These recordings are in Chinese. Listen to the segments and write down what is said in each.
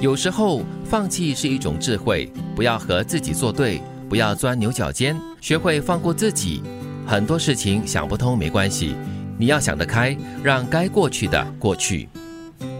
有时候放弃是一种智慧，不要和自己作对，不要钻牛角尖，学会放过自己。很多事情想不通没关系，你要想得开，让该过去的过去。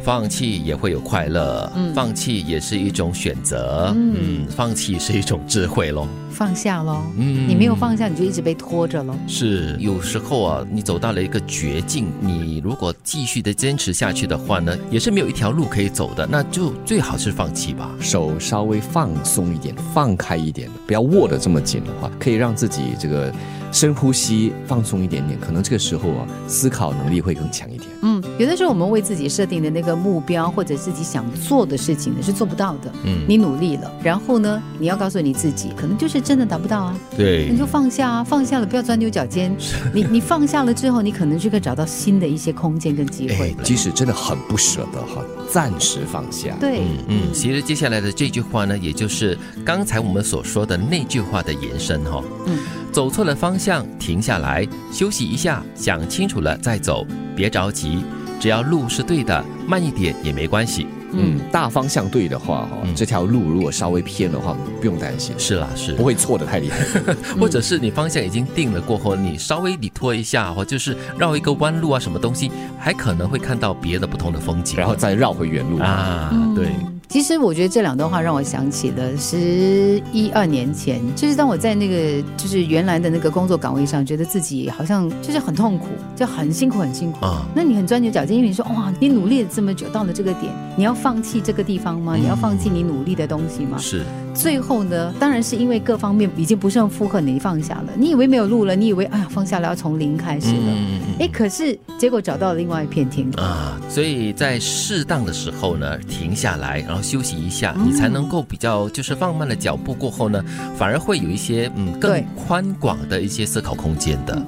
放弃也会有快乐，嗯放弃也是一种选择，嗯嗯，放弃是一种智慧咯。放下喽。嗯，你没有放下，你就一直被拖着喽。是有时候啊，你走到了一个绝境，你如果继续的坚持下去的话呢，也是没有一条路可以走的，那就最好是放弃吧。手稍微放松一点，放开一点，不要握得这么紧的话，可以让自己这个深呼吸，放松一点点。可能这个时候啊，思考能力会更强一点。嗯，有的时候我们为自己设定的那个目标或者自己想做的事情呢，是做不到的。嗯，你努力了，然后呢，你要告诉你自己，可能就是真的达不到啊，对你就放下啊，放下了，不要钻牛角尖。你你放下了之后，你可能就可以找到新的一些空间跟机会。哎即使真的很不舍得哈，暂时放下。对，嗯，其实接下来的这句话呢，也就是刚才我们所说的那句话的延伸哈、嗯，走错了方向，停下来休息一下，想清楚了再走，别着急，只要路是对的，慢一点也没关系。嗯，大方向对的话哈，嗯这条路如果稍微偏的话，不用担心，是啦，是不。会嗯错的太厉害。或者是你方向已经定了过后，你稍微你拖一下，或就是绕一个弯路啊，什么东西，还可能会看到别的不同的风景。然后再绕回原路啊，对，嗯其实我觉得这两段话让我想起了十一二年前，就是当我在那个就是原来的那个工作岗位上，觉得自己好像就是很痛苦，就很辛苦很辛苦。啊，那你很钻牛角尖，因为你说哇，你努力了这么久，到了这个点，你要放弃这个地方吗？嗯你要放弃你努力的东西吗？是，最后呢，当然是因为各方面已经不是很负荷你，放下了。你以为没有路了，你以为哎呀放下了要从零开始了，嗯哎、可是结果找到了另外一片天空。啊，所以在适当的时候呢，停下来，然后休息一下，嗯你才能够比较就是放慢了脚步过后呢，反而会有一些嗯更对宽广的一些思考空间的。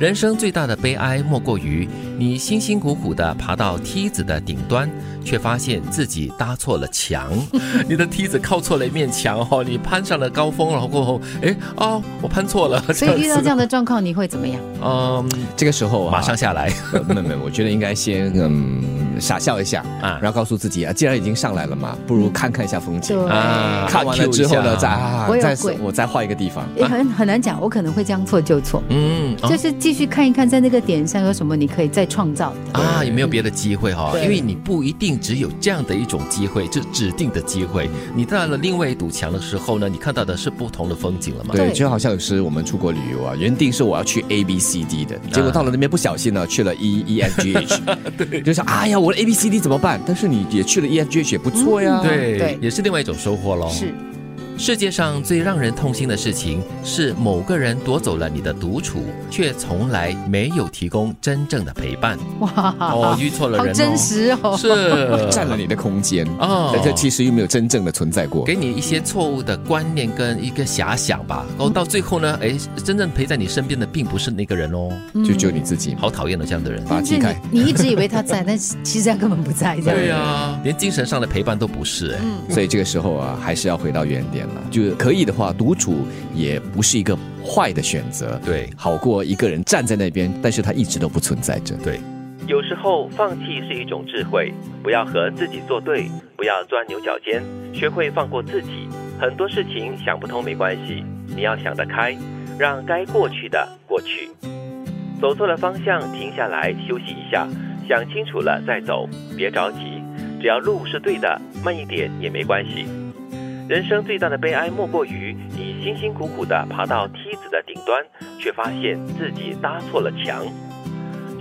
人生最大的悲哀莫过于你辛辛苦苦的爬到梯子的顶端，却发现自己搭错了墙，你的梯子靠错了一面墙哦，你攀上了高峰，然后过后，哎哦，我攀错了，所以遇到这子，样的状况，你会怎么样？嗯，这个时候啊，马上下来呃，没有没有，我觉得应该先 嗯傻笑一下，啊然后告诉自己啊，既然已经上来了嘛，不如看看一下风景。嗯对啊，看完了之后呢，再啊我有再鬼我再换一个地方。也很很难讲，我可能会将错就错，嗯，哦就是继续看一看在那个点上有什么你可以再创造的。啊，有没有别的机会哈、对因为你不一定只有这样的一种机会，就指定的机会。你到了另外一堵墙的时候呢，你看到的是不同的风景了嘛？对，对就好像有时我们出国旅游啊，原定是我要去 A B C D 的，结果到了那边不小心呢，去了 E E F G H，对， 就想哎呀，我的 A B C D 怎么办？但是你也去了 E F G H 也不错呀，嗯对也是另外一种收获喽。 是，世界上最让人痛心的事情是，某个人夺走了你的独处，却从来没有提供真正的陪伴。哇，哦，遇错了啊好人、哦，真实 哦。是占了你的空间，哦但这其实又没有真正的存在过。给你一些错误的观念跟一个遐想吧，然后到最后呢，哎，真正陪在你身边的并不是那个人哦，就只有你自己嘛，好讨厌的这样的人。把它就是踢开。你，你一直以为他在，但是其实他根本不在，这样。对呀、连精神上的陪伴都不是哎、所以这个时候啊，还是要回到原点了。就是可以的话，独处也不是一个坏的选择，对好过一个人站在那边，但是他一直都不存在着。有时候放弃是一种智慧，不要和自己作对，不要钻牛角尖，学会放过自己。很多事情想不通没关系，你要想得开，让该过去的过去。走错了方向，停下来休息一下，想清楚了再走，别着急。只要路是对的，慢一点也没关系。人生最大的悲哀莫过于你辛辛苦苦地爬到梯子的顶端，却发现自己搭错了墙。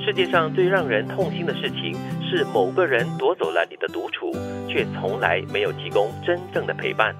世界上最让人痛心的事情是，某个人夺走了你的独处，却从来没有提供真正的陪伴。